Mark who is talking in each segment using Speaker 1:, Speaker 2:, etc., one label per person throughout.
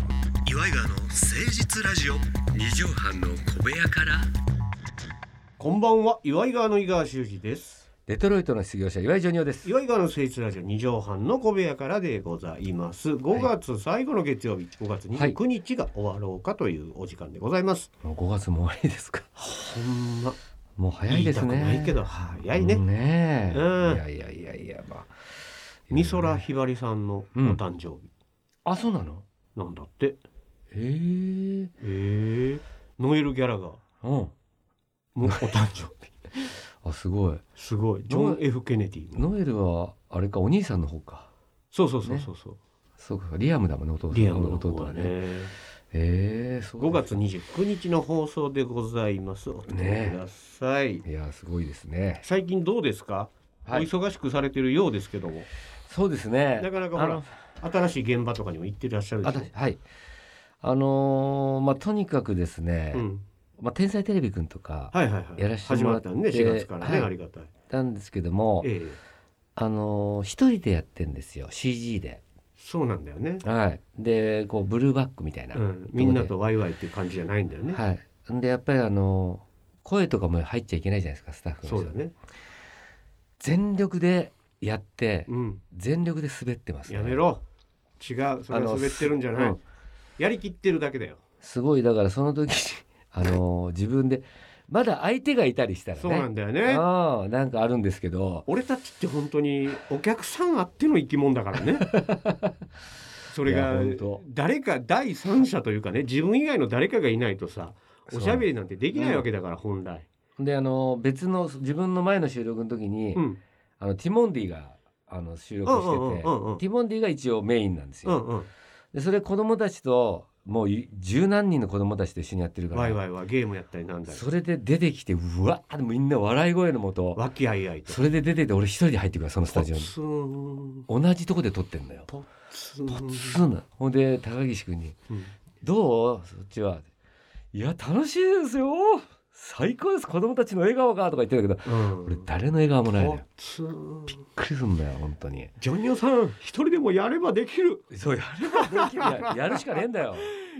Speaker 1: イガーの誠実ラジオ
Speaker 2: 二畳半の小部屋から
Speaker 3: こんばんは岩井川の井川修司です
Speaker 2: デトロイトの失業者岩井ジョニオです
Speaker 3: 岩井川の誠実ラジオ二畳半の小部屋からでございます5月最後の月曜日、5月29日が終わろうかというお時間でございます、
Speaker 2: もう5月も終わりですか
Speaker 3: ほんま
Speaker 2: もう早いですね
Speaker 3: 言たくないけど早いね、
Speaker 2: ねねえ、
Speaker 3: うん
Speaker 2: いやいやいやいやまあ
Speaker 3: 美空ひばりさんのお
Speaker 2: うん
Speaker 3: 誕生日
Speaker 2: あそうなの
Speaker 3: なんだって、
Speaker 2: へえ
Speaker 3: えー、ノエル・ギャラガー
Speaker 2: うん
Speaker 3: もお誕 生日
Speaker 2: あすごい
Speaker 3: すごいジョン・ F ・ケネディも
Speaker 2: ノエルはあれかお兄さんの方か
Speaker 3: そうそうそうそうそう、
Speaker 2: そうかリアムだもんねお父さん
Speaker 3: リアムの方
Speaker 2: 弟
Speaker 3: は
Speaker 2: は
Speaker 3: ね
Speaker 2: ねへえそう
Speaker 3: 5
Speaker 2: です
Speaker 3: 月29日の放送でございますお聞きください、
Speaker 2: いやすごいですね
Speaker 3: 最近どうですか、
Speaker 2: はい
Speaker 3: お忙しくされてるようですけども
Speaker 2: そうですね
Speaker 3: なかなかほら
Speaker 2: あの
Speaker 3: 新しい現場とかにも行ってらっしゃるで
Speaker 2: あ
Speaker 3: しょ
Speaker 2: たはいあのーまあとにかくですね、
Speaker 3: うん、
Speaker 2: まあ、天才テレビくんとか
Speaker 3: はいはいはい
Speaker 2: やらせて
Speaker 3: 始
Speaker 2: も
Speaker 3: ま
Speaker 2: らっ
Speaker 3: ってたんで4月からね、
Speaker 2: はい
Speaker 3: ありがたい
Speaker 2: なんですけども、
Speaker 3: ええ
Speaker 2: あのー一人でやってんですよ CG で。
Speaker 3: そうなんだよね、
Speaker 2: はい、でこうブルーバックみたいな、
Speaker 3: うん、みんなとワイワイっていう感じじゃないんだよね、
Speaker 2: はい、でやっぱりあのー声とかも入っちゃいけないじゃないですかスタッフの人
Speaker 3: そうだね
Speaker 2: 全力でやって
Speaker 3: うん
Speaker 2: 全力で滑ってますね、
Speaker 3: やめろ違うそれは滑ってるんじゃない、
Speaker 2: あのす
Speaker 3: やりきってるだけだよ
Speaker 2: すごいだからその時にあのー自分でまだ相手がいたりしたらね
Speaker 3: そうなんだよね
Speaker 2: あーなんかあるんですけど
Speaker 3: 俺たちって本当にお客さんあっての生き物だか らねそれ
Speaker 2: いや
Speaker 3: が
Speaker 2: 本当
Speaker 3: 誰か第三者というかね自分以外の誰かがいないとさおしゃべりなんてできないわけだから本来、
Speaker 2: であの別の自分の前の収録の時に、
Speaker 3: うん、
Speaker 2: あのティモンディがあの収録してて、
Speaker 3: うんうんうんうん
Speaker 2: ティモンディが一応メインなんです
Speaker 3: う
Speaker 2: よ。
Speaker 3: んうん
Speaker 2: でそれ子供たちともうい十何人の子供たちと一緒にやってるから、
Speaker 3: ワイワイはゲームやったりなんだり
Speaker 2: それで出てきてうわーみんな笑い声のもと
Speaker 3: 和気あいあいと
Speaker 2: それで出てって俺一人で入ってくるそのスタジオに
Speaker 3: ポツン
Speaker 2: 同じとこで撮ってんのよ。
Speaker 3: ポツン
Speaker 2: ポツンなほんで高岸君に
Speaker 3: うん
Speaker 2: 「どうそっちは?」いや楽しいですよ最高です子供たちの笑顔が」とか言ってたけど
Speaker 3: うん
Speaker 2: 俺誰の笑顔もないのよ
Speaker 3: ポ。ツン
Speaker 2: びっくりすんだよ本当に。
Speaker 3: ジョニオさん一人でもやればできる
Speaker 2: そうやればできるややるしかねえんだよ。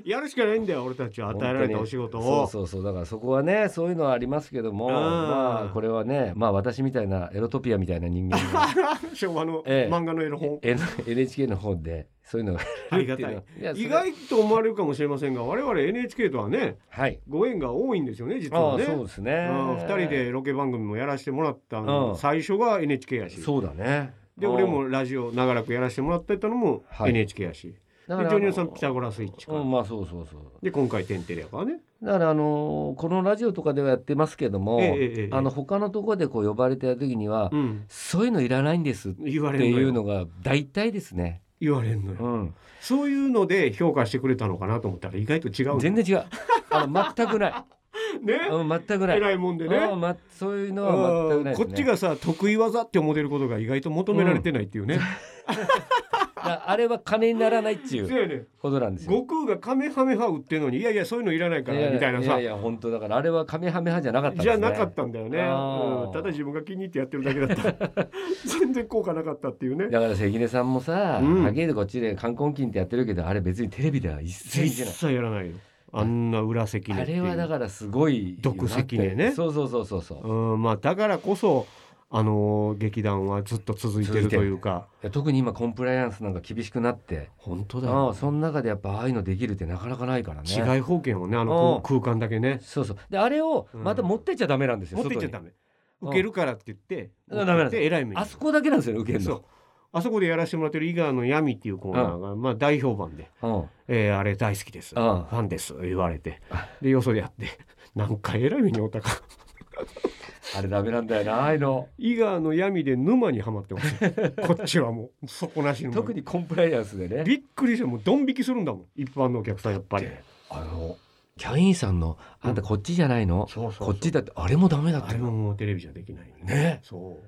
Speaker 3: やるしかないんだよ俺たちは与えられたお仕事
Speaker 2: そう
Speaker 3: を
Speaker 2: そうそうだからそこはねそういうのはありますけども
Speaker 3: うん
Speaker 2: まあこれはねまあ私みたいなエロトピアみたいな人間が
Speaker 3: 昭和の
Speaker 2: ええ
Speaker 3: 漫画の絵の本、
Speaker 2: え NHK の方でそういうのが
Speaker 3: ありがたい
Speaker 2: やってるやそれ
Speaker 3: 意外と思われるかもしれませんが我々 NHK とはね
Speaker 2: はい。
Speaker 3: ご縁が多いんですよね実
Speaker 2: あ
Speaker 3: は
Speaker 2: あ
Speaker 3: ね
Speaker 2: そうですね。
Speaker 3: うん二人でロケ番組もやらせてもらったの
Speaker 2: うん
Speaker 3: 最初が NHK やし
Speaker 2: そうだね。
Speaker 3: で俺もラジオ長らくやらせてもらってたのも
Speaker 2: はい
Speaker 3: NHK やし、
Speaker 2: だ
Speaker 3: でジョニオさんピタ
Speaker 2: ゴ
Speaker 3: ゴラスイッチか
Speaker 2: う
Speaker 3: ら、
Speaker 2: んまあそうそうそう。
Speaker 3: で今回テンテレやからね
Speaker 2: だからあのこのラジオとかではやってますけども、
Speaker 3: ええええええ
Speaker 2: あの他のところでこう呼ばれてる時には、
Speaker 3: うん
Speaker 2: そういうのいらないんですっ
Speaker 3: 言わ
Speaker 2: て
Speaker 3: れんの
Speaker 2: いう
Speaker 3: よ
Speaker 2: のが大体ですね。
Speaker 3: 言われんのよ
Speaker 2: うん。
Speaker 3: そういうので評価してくれたのかなと思ったら意外と違う
Speaker 2: 全
Speaker 3: ね
Speaker 2: 然違う。あの全くない。
Speaker 3: ね
Speaker 2: うん全くない。
Speaker 3: 偉いもんでね
Speaker 2: うんまそういうのは全くないです
Speaker 3: こ
Speaker 2: ね。
Speaker 3: っちがさ得意技って思ってることが意外と求められてないっていうね、
Speaker 2: ああれは金にならないってい
Speaker 3: そう
Speaker 2: う
Speaker 3: やね
Speaker 2: ことなんですよ。
Speaker 3: 悟空がカメハメハ売ってるのにいやいやそういうのいらないか
Speaker 2: いや
Speaker 3: ら
Speaker 2: や
Speaker 3: みたいなさ
Speaker 2: いやいや本当だからあれは紙はめ派じゃなかったんで
Speaker 3: じゃ
Speaker 2: すね。
Speaker 3: なかったんだよね、
Speaker 2: あー
Speaker 3: うんただ自分が気に入ってやってるだけだった 全然効果なかったっていうね
Speaker 2: だから関根さんもさ、
Speaker 3: うん
Speaker 2: はっきりとこっちで冠婚金ってやってるけどあれ別にテレビでは一切じゃ
Speaker 3: 実
Speaker 2: ない。
Speaker 3: 際やらないよあんな裏関根
Speaker 2: あ
Speaker 3: ってい
Speaker 2: れ
Speaker 3: う
Speaker 2: はだからすごいよなって
Speaker 3: 毒関根ね
Speaker 2: そうそうそうそうそう。い
Speaker 3: うんまあだからこそあのー劇団はずっと続いてるというか
Speaker 2: や特に今コンプライアンスなんか厳しくなって、
Speaker 3: 本当だ
Speaker 2: あ
Speaker 3: よ
Speaker 2: あその中でやっぱああいうのできるってなかなかないからね。
Speaker 3: 違い方権をねあ
Speaker 2: うん
Speaker 3: の空空間だけね
Speaker 2: そうそう。であれをまた持ってっちゃダメなんですよ。
Speaker 3: 持っていっちゃダメ受けるからって言って
Speaker 2: うんダメなんです
Speaker 3: で偉い目に
Speaker 2: あそこだけなんですよね受ける
Speaker 3: そ
Speaker 2: の
Speaker 3: う。あそこでやらせてもらってる伊賀の闇っていうコーナーが、まあ大評判で、
Speaker 2: うん。あ
Speaker 3: えーあれ大好きです、
Speaker 2: あ
Speaker 3: ファンです言われて
Speaker 2: あ
Speaker 3: でよそでやって なんかえらい目におったか
Speaker 2: あれダメなんだよなああいうの。
Speaker 3: 伊賀の闇で沼にはまってます よこっちはもう底なしの
Speaker 2: 特
Speaker 3: に
Speaker 2: にコンプライアンスでね。
Speaker 3: びっくりしてもうドン引きするんだもん一般のお客さんやっぱり
Speaker 2: あのキャインさんのあんたこっちじゃないの？
Speaker 3: そうそうそう
Speaker 2: こっちだってあれもダメだっ
Speaker 3: あ
Speaker 2: て
Speaker 3: れ。ももうテレビじゃできない
Speaker 2: ね
Speaker 3: そう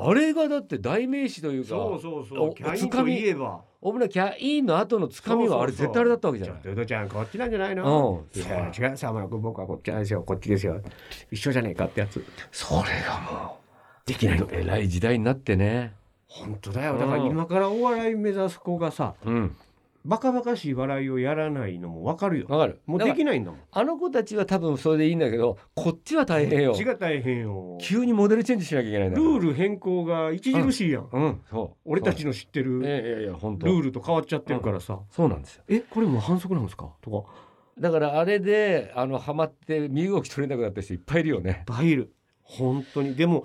Speaker 2: あれがだって代名詞というか、
Speaker 3: そうそうそう
Speaker 2: お
Speaker 3: キャインといえば
Speaker 2: おむらキャインの後のつかみはあれ絶対あれだったわけじゃない
Speaker 3: ちょっ。とウドちゃんこっちなんじゃないの
Speaker 2: うん。
Speaker 3: いや違うさま僕はこっちなんですよこっちですよ一緒じゃねえかってやつ
Speaker 2: それがも
Speaker 3: できないう
Speaker 2: 偉い時代になってね。
Speaker 3: 本当だ
Speaker 2: う
Speaker 3: よ
Speaker 2: ん
Speaker 3: だから今からお笑い目指す子がさ
Speaker 2: うん。
Speaker 3: バカバカしい笑いをやらないのもわかるよ
Speaker 2: わかる
Speaker 3: もう
Speaker 2: だか
Speaker 3: で
Speaker 2: ら
Speaker 3: きないんだもん
Speaker 2: あの子たちは多分それでいいんだけどこっちは大変よ
Speaker 3: 血が大変よ
Speaker 2: 急にモデルチェンジしなきゃいけないんだ
Speaker 3: ルール変更が著しいやん
Speaker 2: うんそう
Speaker 3: 俺たちの知って
Speaker 2: そうい
Speaker 3: る
Speaker 2: やいやいや本当
Speaker 3: ルールと変わっちゃってるからさ
Speaker 2: そうなんですよ
Speaker 3: えこれもう反則なんですかとか
Speaker 2: だからあれであのハマって身動き取れなくなった人いっぱいいるよね
Speaker 3: バイル本当にでも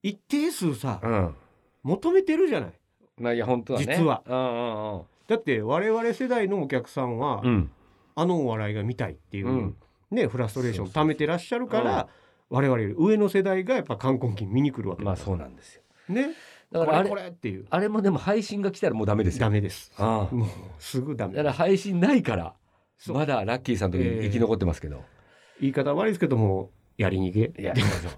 Speaker 3: 一定数さ
Speaker 2: うん
Speaker 3: 求めてるじゃない
Speaker 2: まあいや本当はね
Speaker 3: 実は
Speaker 2: う
Speaker 3: だって我々世代のお客さんは、
Speaker 2: んうんうん
Speaker 3: あのお笑いが見たいっていう、
Speaker 2: うん
Speaker 3: ねフラストレーショ
Speaker 2: そうそ
Speaker 3: ン
Speaker 2: うそう
Speaker 3: 溜めてらっしゃるから、我々より上の世代がやっぱ冠婚金見に来るわ
Speaker 2: う
Speaker 3: け
Speaker 2: んまあ
Speaker 3: だ
Speaker 2: そうなんですよ
Speaker 3: ね
Speaker 2: だか
Speaker 3: こ
Speaker 2: らあ
Speaker 3: れ
Speaker 2: れ
Speaker 3: これっていう
Speaker 2: あれもでも配信が来たらもうダメですよ
Speaker 3: ダメです
Speaker 2: ああ
Speaker 3: もうすぐダ
Speaker 2: だか
Speaker 3: メ
Speaker 2: ら配信ないから
Speaker 3: そう
Speaker 2: まだラッキーさんの時
Speaker 3: ええ
Speaker 2: 生き残ってますけど、
Speaker 3: 言い方悪いですけどもやりにげ
Speaker 2: いやでもそう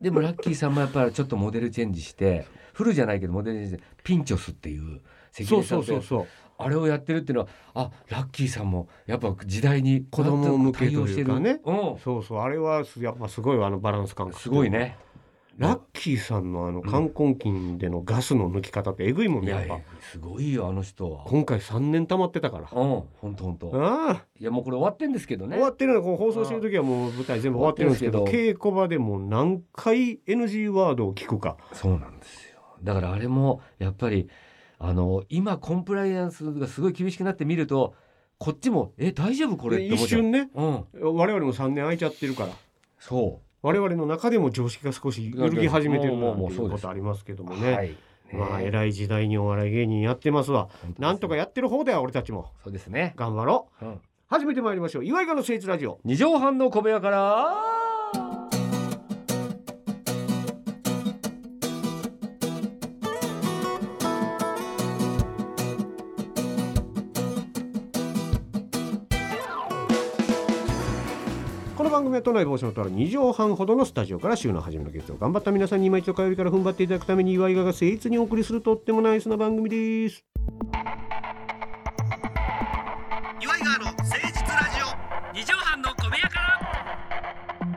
Speaker 2: でもラッキーさんもやっぱりちょっとモデルチェンジしてフルじゃないけどモデルチェンジしてピンチョスっていう関
Speaker 3: そう
Speaker 2: 根さ
Speaker 3: そ
Speaker 2: ん
Speaker 3: う
Speaker 2: って
Speaker 3: そうそう
Speaker 2: あれをやってるっていうのはあラッキーさんもやっぱ時代に
Speaker 3: 子供向けというか
Speaker 2: 対
Speaker 3: ね
Speaker 2: 応してるう
Speaker 3: そうそうあれはすやっぱすごいあのバランス感
Speaker 2: ん、
Speaker 3: 覚
Speaker 2: すごいね
Speaker 3: ラッキーさんのあの冠婚金でのガスの抜き方ってえぐいもん
Speaker 2: い
Speaker 3: ねや
Speaker 2: や
Speaker 3: っ
Speaker 2: い
Speaker 3: ぱ
Speaker 2: やすごいよあの人は
Speaker 3: 今回3年溜まってたから
Speaker 2: うんほんとほんと
Speaker 3: ああ
Speaker 2: いやもうこれ終わってんですけどね
Speaker 3: 終わってるのこう放送してる時はもう舞台全部終わってるんですけど
Speaker 2: 終わってるん
Speaker 3: 稽古場でもう何回 NG ワードを聞くか
Speaker 2: そうなんですよだからあれもやっぱりあの今コンプライアンスがすごい厳しくなってみるとこっちもえ大丈夫これって
Speaker 3: 一
Speaker 2: 思っちゃう
Speaker 3: 瞬ね
Speaker 2: うん
Speaker 3: 我々も3年空いちゃってるから
Speaker 2: そ
Speaker 3: 我々の中でも常識が少し揺るぎ始めてるなっていうことありますけど
Speaker 2: う
Speaker 3: もね
Speaker 2: はいね
Speaker 3: まあ偉い時代にお笑い芸人やってますわ
Speaker 2: 本当ですね
Speaker 3: なんとかやってる方だよ俺たちも
Speaker 2: そうですね、
Speaker 3: 頑張ろう
Speaker 2: うん、
Speaker 3: 始めてまいりましょう岩井川の聖地ラジオ
Speaker 2: 二畳半の小部屋から
Speaker 3: この番組は都内防止のとある2畳半ほどのスタジオから週の初めの月曜頑張った皆さんに今一度火曜日から踏ん張っていただくために岩井川が誠実にお送りするとってもナイスな番組です
Speaker 1: 岩井川の誠実ラジオ
Speaker 2: 二畳半の小部屋から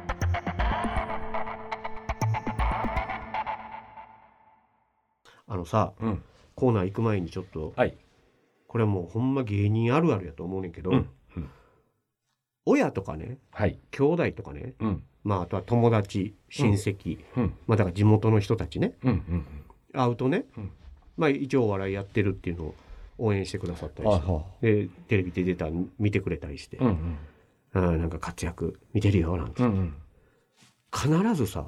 Speaker 3: あのさ
Speaker 2: うん
Speaker 3: コーナー行く前にちょっと
Speaker 2: はい
Speaker 3: これはもうほんま芸人あるあるやと思うねんけど、
Speaker 2: うんうん
Speaker 3: 親とかね
Speaker 2: はい
Speaker 3: 兄弟とかね
Speaker 2: うん
Speaker 3: まああとは友達親戚、
Speaker 2: うん
Speaker 3: まあだから地元の人たちね
Speaker 2: うんうん
Speaker 3: 会うとね、
Speaker 2: うん
Speaker 3: まあ一応お笑いやってるっていうのを応援してくださった
Speaker 2: うん
Speaker 3: りして、
Speaker 2: は
Speaker 3: でテレビで出たん見てくれたりして、
Speaker 2: あうんうん
Speaker 3: あーなんか活躍見てるよなんて、
Speaker 2: うんうん
Speaker 3: 必ずさ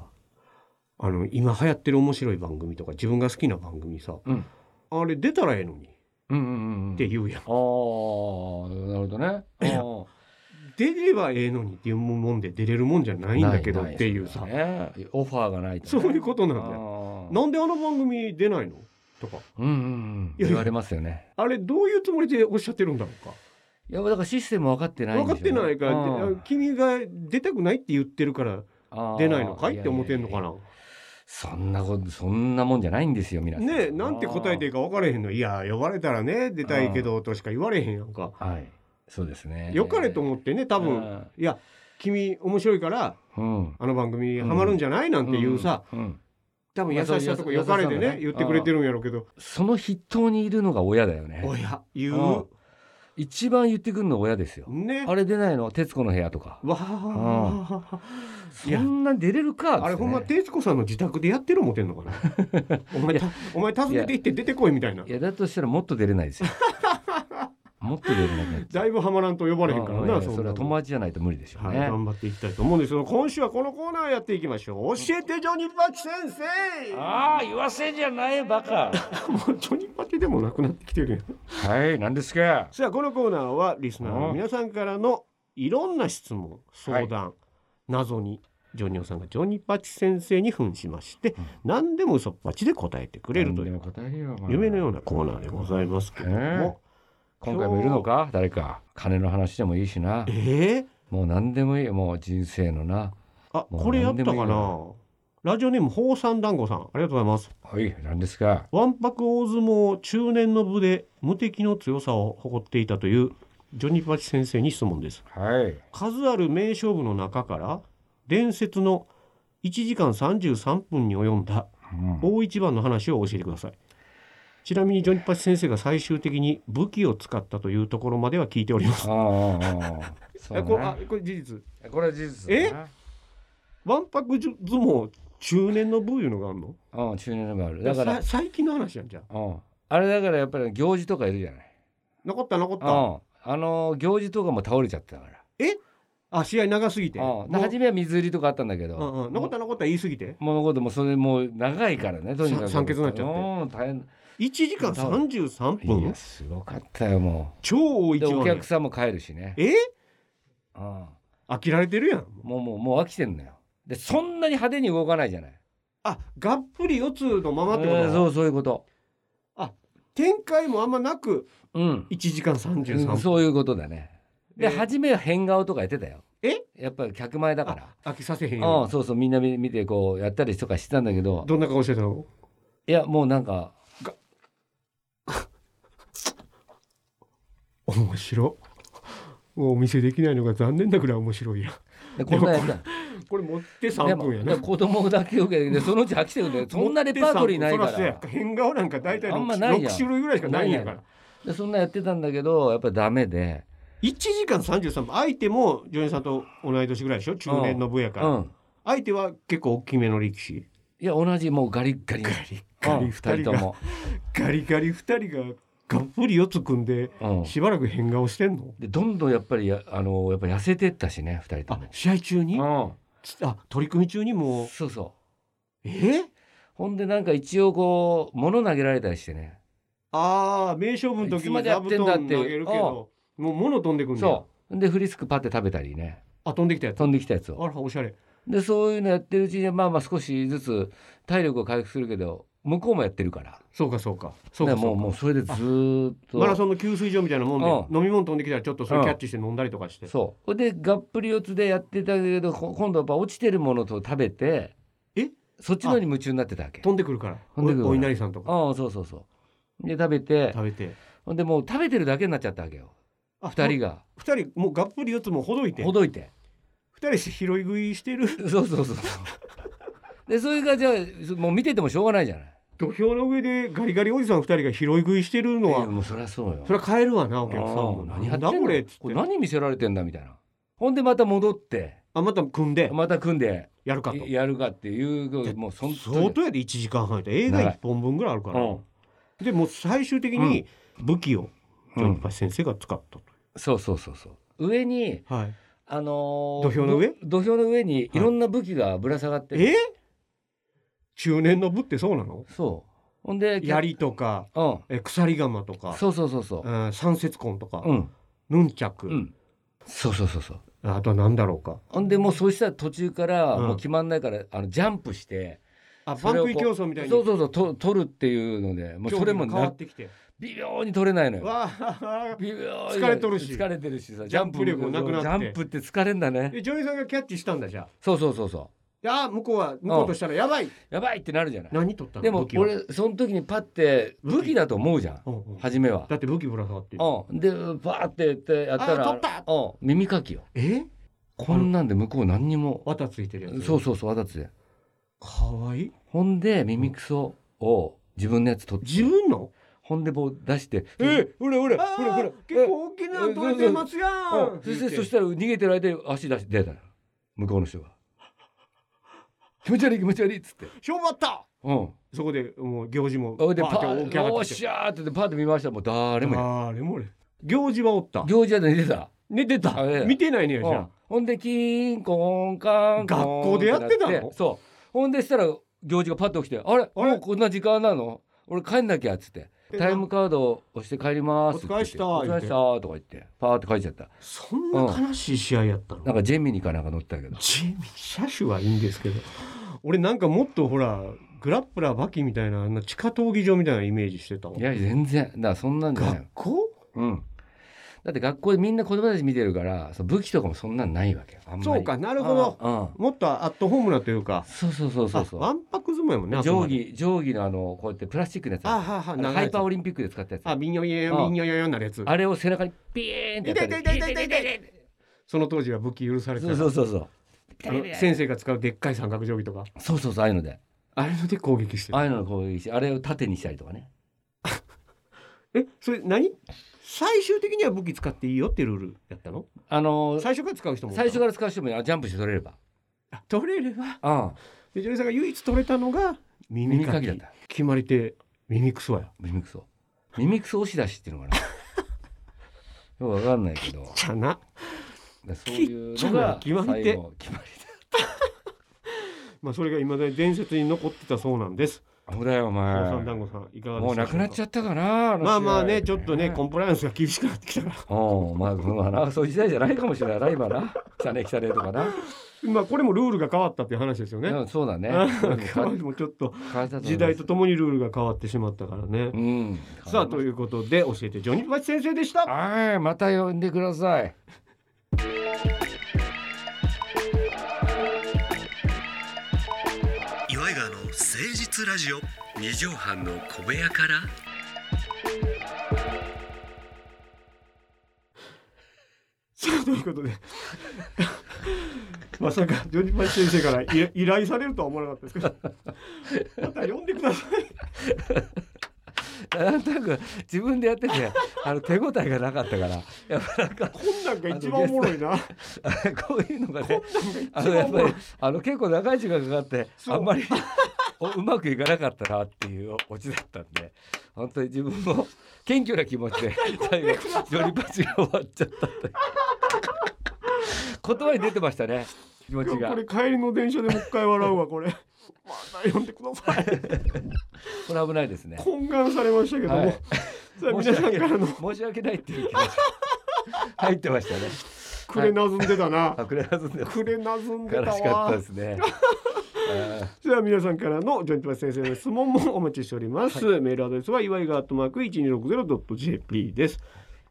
Speaker 3: あの今流行ってる面白い番組とか自分が好きな番組さ
Speaker 2: うん
Speaker 3: あれ出たらええのにっ
Speaker 2: うんうんうん
Speaker 3: て言うやん、
Speaker 2: ああなるほどねあー
Speaker 3: 出ればええのにっていうもんで出れるもんじゃないんだけどっていう
Speaker 2: な
Speaker 3: さ
Speaker 2: なそうだねオファーがないと
Speaker 3: そう
Speaker 2: ね
Speaker 3: いうことなんだよ
Speaker 2: あー
Speaker 3: なんであの番組出ないのとか
Speaker 2: うんうんうん
Speaker 3: いや
Speaker 2: 言われますよね
Speaker 3: あれどういうつもりでおっしゃってるんだろうか
Speaker 2: いやだからシステム分かってないんで
Speaker 3: 分かっ
Speaker 2: しょ
Speaker 3: て
Speaker 2: うね
Speaker 3: ないから
Speaker 2: う
Speaker 3: で
Speaker 2: ん
Speaker 3: 君が出たくないって言ってるから
Speaker 2: あー
Speaker 3: 出ないのかいって思ってんの
Speaker 2: い
Speaker 3: か
Speaker 2: やいやいや
Speaker 3: な
Speaker 2: そんなことそんなもんじゃないんですよ皆さん
Speaker 3: ねえなんて答えていい
Speaker 2: く
Speaker 3: か分からへんのいや呼ばれたらね出たいけどとしか言われへんやんか
Speaker 2: はいそうですね
Speaker 3: よかれと思ってね多分いや君面白いから
Speaker 2: うん
Speaker 3: あの番組ハマるんじゃないなんていうさ、
Speaker 2: うんうん
Speaker 3: 多分優しさとかよかれ
Speaker 2: ま
Speaker 3: で
Speaker 2: あ
Speaker 3: ね
Speaker 2: そう
Speaker 3: 言ってくれてるんやろうけど
Speaker 2: その筆頭にいるのが親だよね
Speaker 3: 親言
Speaker 2: うん
Speaker 3: う
Speaker 2: 一番言ってくるの親ですよ
Speaker 3: ね
Speaker 2: あれ出ないの徹子の部屋とか
Speaker 3: わあ
Speaker 2: そ
Speaker 3: いや
Speaker 2: んなん出れるかっつってね
Speaker 3: あれほんま徹子さんの自宅でやってる思てんのかな お前たお前訪ねて行って出てこいみたいない
Speaker 2: やだとしたらもっと出れない ですよもっと出れなくなっちゃ
Speaker 3: だいぶハマらんと呼ばれへんから
Speaker 2: うんいやい
Speaker 3: な
Speaker 2: や
Speaker 3: んな
Speaker 2: それは友達じゃないと無理でしょう
Speaker 3: はい、
Speaker 2: ね、
Speaker 3: 頑張っていきたいと思うんですけど今週はこのコーナーやっていきましょう教えてジョニーパッチ先生
Speaker 2: ああ言わせじゃないバカ
Speaker 3: もうジョニーパッチでもなくなってきてるやん
Speaker 2: はい何ですか
Speaker 3: さあこのコーナーはリスナーの皆さんからのいろんな質問相談、謎にジョニオさんがジョニーパッチ先生に扮しまして、
Speaker 2: うん
Speaker 3: 何でも嘘っぱちで答えてくれるという
Speaker 2: 答えるよ
Speaker 3: 夢のようなコーナーでございますけども、
Speaker 2: 今回もいるのか誰か金の話でもいいしな
Speaker 3: えー
Speaker 2: もう何でもいいよもう人生のな
Speaker 3: あ
Speaker 2: もう
Speaker 3: これやったか
Speaker 2: 何で
Speaker 3: な
Speaker 2: も
Speaker 3: ラジオネーム宝山団子さんありがとうございます
Speaker 2: はい何ですか
Speaker 3: わんぱく大相撲中年の部で無敵の強さを誇っていたというジョニーパチ先生に質問です
Speaker 2: はい
Speaker 3: 数ある名勝負の中から伝説の1時間33分に及んだ
Speaker 2: うん
Speaker 3: 大一番の話を教えてくださいちなみにジョニパチ先生が最終的に武器を使ったというところまでは聞いております。
Speaker 2: ああああそう
Speaker 3: え
Speaker 2: ね
Speaker 3: これあこれ事実
Speaker 2: これは事実だ
Speaker 3: え
Speaker 2: な
Speaker 3: わんぱく相撲中年の部いうのがあるの
Speaker 2: うん中年のもあるだから
Speaker 3: さ最近の話やんじゃん
Speaker 2: うんあれだからやっぱり行事とかいるじゃない
Speaker 3: 残った残っ
Speaker 2: う
Speaker 3: た
Speaker 2: んあの行事とかも倒れちゃってたから
Speaker 3: あ試合長すぎて
Speaker 2: う
Speaker 3: も
Speaker 2: ん
Speaker 3: う
Speaker 2: で初めは水売りとかあったんだけど
Speaker 3: うんうん残った残った言いすぎて
Speaker 2: 物事もそれもう長いからねとにかく
Speaker 3: さ酸欠になっちゃって
Speaker 2: うん大変
Speaker 3: 1時間33
Speaker 2: い
Speaker 3: 分
Speaker 2: やすごかったよも
Speaker 3: 超大
Speaker 2: うで
Speaker 3: 一
Speaker 2: お
Speaker 3: 番や
Speaker 2: 客さんも帰るしね
Speaker 3: え
Speaker 2: うんも
Speaker 3: 飽きられてるやん
Speaker 2: うもうもう飽きてんのよでそんなに派手に動かないじゃない
Speaker 3: あがっぷり四つのままってこ
Speaker 2: うんそ
Speaker 3: と
Speaker 2: うそういうこと
Speaker 3: 展開もあんまなく
Speaker 2: うん
Speaker 3: 1時間33
Speaker 2: うん
Speaker 3: 分
Speaker 2: そういうことだねで
Speaker 3: えー
Speaker 2: 初めは変顔とかやってたよ
Speaker 3: え
Speaker 2: やっぱり客前だから
Speaker 3: 飽きさせへん
Speaker 2: う
Speaker 3: よ
Speaker 2: んそうそうみんな見見てこうやったりとかしてたんだけど
Speaker 3: どんな顔してたの
Speaker 2: いやもうなんか
Speaker 3: 面白お見せできないのが残念だくらい面白いや
Speaker 2: でこんなやった
Speaker 3: これ持って
Speaker 2: で
Speaker 3: 3
Speaker 2: も
Speaker 3: 分やな
Speaker 2: 子供だけ受けてそのうち飽きてく るんだよそんなレパートリーないから
Speaker 3: そらそうや変顔なんか大体
Speaker 2: あんまないやん
Speaker 3: 6種類ぐらいしかないんやか
Speaker 2: な
Speaker 3: ら
Speaker 2: いでそんなやってたんだけどやっぱりダメで
Speaker 3: 1時間33分相手もジョニーさんと同い年ぐらいでしょ中年の部やか
Speaker 2: う
Speaker 3: ら、
Speaker 2: ん
Speaker 3: 相手は結構大きめの力士
Speaker 2: いや同じもうガリッガリ
Speaker 3: ガリガ
Speaker 2: う
Speaker 3: リ
Speaker 2: ん
Speaker 3: 二
Speaker 2: 二
Speaker 3: 人
Speaker 2: 人と
Speaker 3: が
Speaker 2: も、
Speaker 3: ガリガリ2人ががっぷり四つ組んで
Speaker 2: うん、
Speaker 3: しばらく変顔してんの
Speaker 2: でどんどんやっぱりやあのやっぱ痩せてったしね二人と
Speaker 3: あ試合中に
Speaker 2: も
Speaker 3: つあ取り組み中に
Speaker 2: うん
Speaker 3: もう
Speaker 2: そうそう
Speaker 3: え
Speaker 2: ほんでなんか一応こう物投げられたりしてね
Speaker 3: ああ名勝負の
Speaker 2: いつ
Speaker 3: 時
Speaker 2: ま
Speaker 3: に
Speaker 2: でや
Speaker 3: 座
Speaker 2: っ
Speaker 3: 布
Speaker 2: てんだってい
Speaker 3: 団
Speaker 2: う
Speaker 3: 投げるけどもう物飛んでくんねや
Speaker 2: そうでフリスクパって食べたりね
Speaker 3: あ飛んできたやつ
Speaker 2: 飛んできたやつを
Speaker 3: あらおしゃれ
Speaker 2: でそういうのやってるうちにまあまあ少しずつ体力を回復するけど向こうもやってるから
Speaker 3: そうかそうかそ
Speaker 2: だ
Speaker 3: う
Speaker 2: か
Speaker 3: からそ
Speaker 2: も
Speaker 3: うか
Speaker 2: うもうそれでずーっと
Speaker 3: マラソンの給水所みたいなもん
Speaker 2: う
Speaker 3: で飲み物飛んできたらちょっとそれ
Speaker 2: うん
Speaker 3: キャッチして飲んだりとかして
Speaker 2: そうほんでがっぷり四つでやってたけどこ今度はやっぱ落ちてるものと食べて
Speaker 3: え
Speaker 2: そっちのに夢中になってたわけ
Speaker 3: 飛んでくるから
Speaker 2: 飛ん
Speaker 3: お
Speaker 2: でくるから
Speaker 3: お稲荷さんとか
Speaker 2: ああそうそうそうで食べて
Speaker 3: 食べて
Speaker 2: ほんでもう食べてるだけになっちゃったわけよ
Speaker 3: あ
Speaker 2: 二人
Speaker 3: が
Speaker 2: が
Speaker 3: 二人もうがっぷり四つもほどいて
Speaker 2: ほどいて
Speaker 3: 二人して拾い食いしてる
Speaker 2: そうそうそうそうでそういう感じはそもう見ててもしょうがないじゃない
Speaker 3: 土俵の上でガリガリおじさん二人が拾い食いしてるの
Speaker 2: いや
Speaker 3: は
Speaker 2: もうそりゃそうよ
Speaker 3: それは買えるわなお客さんも
Speaker 2: ああ何や
Speaker 3: な
Speaker 2: っ
Speaker 3: ん
Speaker 2: てんの
Speaker 3: だこれっつっ
Speaker 2: これ
Speaker 3: て
Speaker 2: 何見せられてんだみたいなほんでまた戻って
Speaker 3: あまた組んで
Speaker 2: また組んで
Speaker 3: やるかと
Speaker 2: やるかっていうもうそん
Speaker 3: 相当やで1時間半やで映画
Speaker 2: 長い
Speaker 3: 1本分ぐらいあるから
Speaker 2: うん
Speaker 3: でもう最終的に武器を
Speaker 2: う
Speaker 3: ジョ
Speaker 2: ん
Speaker 3: ニーパチ先生が使ったと
Speaker 2: そうそうそうそう上に
Speaker 3: はい
Speaker 2: あのー
Speaker 3: 土俵の上
Speaker 2: ど土俵の上にいろんな武器がぶら下がってる、
Speaker 3: え中年の部ってそうなの
Speaker 2: そうほんで
Speaker 3: 槍とか
Speaker 2: うん
Speaker 3: え鎖釜とか、
Speaker 2: そうそうそうそう
Speaker 3: うん、三節痕とか、
Speaker 2: うん
Speaker 3: ヌンチャク、
Speaker 2: うんそうそうそうそう
Speaker 3: あとは何だろうか
Speaker 2: ほんでもうそうしたら途中から
Speaker 3: うん
Speaker 2: もう決まんないから、あのジャンプして
Speaker 3: あパ
Speaker 2: そ
Speaker 3: ン
Speaker 2: れを
Speaker 3: 食
Speaker 2: こう
Speaker 3: い競争みたいに
Speaker 2: そうそうそうと取るっていうのでもうそれも
Speaker 3: 競技が変わ
Speaker 2: な
Speaker 3: ってきて
Speaker 2: 微妙に取れないのよ
Speaker 3: わあ
Speaker 2: 微妙に
Speaker 3: 疲れとるし
Speaker 2: 疲れてるしさ
Speaker 3: ジャンプ力もなくなって
Speaker 2: ジャンプって疲れんだね
Speaker 3: え女優さんがキャッチしたんだじゃあ
Speaker 2: そうそうそうそ
Speaker 3: いやあ向こうは向こうとしたらやばい、
Speaker 2: うやばいってなるじゃない
Speaker 3: 何取ったの
Speaker 2: でも
Speaker 3: 武器は
Speaker 2: 俺その時にパッて武器だと思うじゃん
Speaker 3: うんうん
Speaker 2: 初めは
Speaker 3: だって武器ぶら下がってる
Speaker 2: うん、でバーってやってやったら
Speaker 3: あ取った
Speaker 2: うん、耳かきよ
Speaker 3: え
Speaker 2: こんなんで向こう何にも
Speaker 3: 綿ついてるやつ
Speaker 2: そうそうそうわざつで
Speaker 3: かわいい
Speaker 2: ほんで耳くそを自分のやつ取って
Speaker 3: 自分の
Speaker 2: ほんで棒出して「
Speaker 3: え
Speaker 2: ほらほら
Speaker 3: あー結構大きなの取れてますやん
Speaker 2: そして
Speaker 3: 言うて
Speaker 2: そしたら逃げてる間に足出し出たの向こうの人が 「気持ち悪い気持ち悪い」っつって
Speaker 3: 勝負あった
Speaker 2: うん
Speaker 3: そこでもう行事も
Speaker 2: ほいでパ
Speaker 3: バー
Speaker 2: ー
Speaker 3: っ
Speaker 2: ッ
Speaker 3: て起き
Speaker 2: て「
Speaker 3: 上が
Speaker 2: よ
Speaker 3: っ
Speaker 2: って
Speaker 3: きて
Speaker 2: しゃ」ってパーって見ましたらもう誰もいない
Speaker 3: あれも俺行事はおった
Speaker 2: 行事屋で寝てた、
Speaker 3: 寝てた
Speaker 2: あええ
Speaker 3: 見てないね
Speaker 2: う
Speaker 3: じ
Speaker 2: ん
Speaker 3: ゃ
Speaker 2: ほんでキーンコーンカーンコーン
Speaker 3: 学校でやってたの
Speaker 2: なそうほんでしたら行事がパッと起きて「あれ
Speaker 3: あれ
Speaker 2: もうこんな時間なの俺帰んなきゃ」っつって「
Speaker 3: え
Speaker 2: タイムカードを押して帰ります」って言って
Speaker 3: お疲れした
Speaker 2: お疲れした」とか言ってパーって帰っちゃった
Speaker 3: そんな悲しい試合やったの
Speaker 2: なんかジェミニかなんか乗ってたけど
Speaker 3: ジェミー車種はいいんですけど俺なんかもっとほらグラップラーバキみたいなあんな地下闘技場みたいなイメージしてたわ
Speaker 2: いや全然だからそんなんじゃない
Speaker 3: 学校
Speaker 2: うんだって学校でみんな子供たち見てるからその武器とかもそんなんないわけよあんまり
Speaker 3: そうかなるほど
Speaker 2: うんうん
Speaker 3: もっとアットホームなというか
Speaker 2: そうそうそうそう
Speaker 3: あわ
Speaker 2: そ
Speaker 3: んぱく相撲やもんね
Speaker 2: う
Speaker 3: あくま
Speaker 2: 定
Speaker 3: で
Speaker 2: 規定規のあのこうやってプラスチックのやつ
Speaker 3: あ
Speaker 2: あ
Speaker 3: はは
Speaker 2: の
Speaker 3: 長い
Speaker 2: ハイパーオ
Speaker 3: リ
Speaker 2: リンピックで使ったやつ
Speaker 3: あビンヨヨ
Speaker 2: うん
Speaker 3: ヨビンヨヨヨになるやつ
Speaker 2: あれを背中にピーンってやったり
Speaker 3: 痛い痛い痛い痛い痛いその当時は武器許されて
Speaker 2: そう
Speaker 3: た
Speaker 2: そうそうそう
Speaker 3: あの先生が使うでっかい三角定規とか
Speaker 2: そうそうそうああいうので
Speaker 3: あれので攻撃して
Speaker 2: あ
Speaker 3: た
Speaker 2: あいうのこういうしあれを縦にしたりとかね
Speaker 3: えそれ何最終的には武器使っていいよってルールやったの
Speaker 2: あの
Speaker 3: 最初から使う人もいた
Speaker 2: 最
Speaker 3: の
Speaker 2: 初から使う人もいるあジャンプして取れれば
Speaker 3: あ取れれば
Speaker 2: ああ
Speaker 3: みちおさんが唯一取れたのが耳
Speaker 2: 耳
Speaker 3: か
Speaker 2: か
Speaker 3: き
Speaker 2: きだった
Speaker 3: 決まり手耳クソや
Speaker 2: 耳くそ耳くそ押し出しっていうの かなよくわかんないけど
Speaker 3: ちゃな
Speaker 2: でそういうのが
Speaker 3: きっちゃな決まり手
Speaker 2: 最後決まり
Speaker 3: まあそれがいまだに伝説に残ってたそうなんです。
Speaker 2: 手そうだよお
Speaker 3: お
Speaker 2: 前
Speaker 3: さん団子さんいかがで
Speaker 2: もう
Speaker 3: すか。
Speaker 2: なくなっちゃ
Speaker 3: ゃ
Speaker 2: ったかなの
Speaker 3: まあまあ
Speaker 2: 試合
Speaker 3: ねちょっとねコンプライアンスが厳しくなってきたか
Speaker 2: うんまあまあなそういう時代じゃないかもしれないな今な汚ね汚ねとかな、
Speaker 3: ら。 まあこれもルールが変わったっていう話ですよね。
Speaker 2: うんそうだね
Speaker 3: あ
Speaker 2: うん
Speaker 3: ー
Speaker 2: 変
Speaker 3: もうちょっと
Speaker 2: わったと思います
Speaker 3: 時代とともにルールが変わってしまったからね
Speaker 2: う。ん
Speaker 3: さあということで教えてジョニーパチ先生でした。
Speaker 2: はいまた呼んでください
Speaker 1: 岩井川の誠実ラジオ
Speaker 2: 二畳半の小部屋から
Speaker 3: さあということで。 まさかジョニーパチ先生から い依頼されるとは思わなかったですけどまた呼んでください
Speaker 2: なんとなく自分でやっててあの手応えがなかったからやっぱなんか
Speaker 3: こんなんが一番おもろいな
Speaker 2: こういうのがねあ
Speaker 3: 一
Speaker 2: の
Speaker 3: 番
Speaker 2: やっ
Speaker 3: おも
Speaker 2: ぱ
Speaker 3: ろ
Speaker 2: り
Speaker 3: い
Speaker 2: あの結構長い時間かかって
Speaker 3: そう
Speaker 2: あんまりおうまくいかなかったなっていうオチだったんで本当に自分も謙虚な気持ちで最後ジョニパチが終わっちゃったっていう言葉に出てましたね気持ち
Speaker 3: いや
Speaker 2: が
Speaker 3: これ帰りの電車でもう一回笑うわこれまた読んでください
Speaker 2: これ危ないですね
Speaker 3: 懇願されましたけども、
Speaker 2: はい
Speaker 3: さあ皆さんからの
Speaker 2: 申し訳ないっていう気持ち入ってましたね
Speaker 3: くれなずんでたな、
Speaker 2: 隠れはずんで
Speaker 3: くれなずんでた
Speaker 2: 悲しかった
Speaker 3: わ
Speaker 2: ですね。
Speaker 3: じゃあ皆さんからのジョン・トバ先生の質問もお待ちしております、メールアドレスは祝いがアットマーク 1260.jp です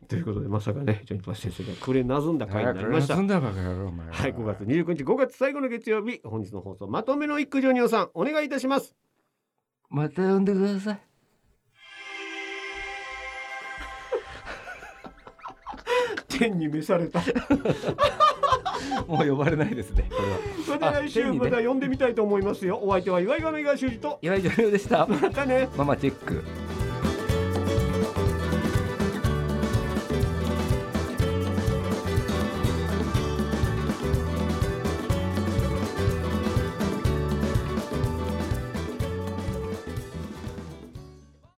Speaker 3: ということでまさかねジョン・トバ先生がくれなずんだ回になりました
Speaker 2: んだバカ野郎お前
Speaker 3: はい5月29日5月最後の月曜日本日の放送まとめの一句ジョニオさんお願いいたします
Speaker 2: また呼んでください。
Speaker 3: 天に召さ れた
Speaker 2: もう呼ばれないですね。これは。
Speaker 3: それでは来
Speaker 2: あ
Speaker 3: 週
Speaker 2: 手に
Speaker 3: ま
Speaker 2: ね
Speaker 3: た呼んでみたいと思いますよ。お相手は岩井亀が修二と。
Speaker 2: 岩井ジョニ男でした。
Speaker 3: またね。
Speaker 2: ママチェック。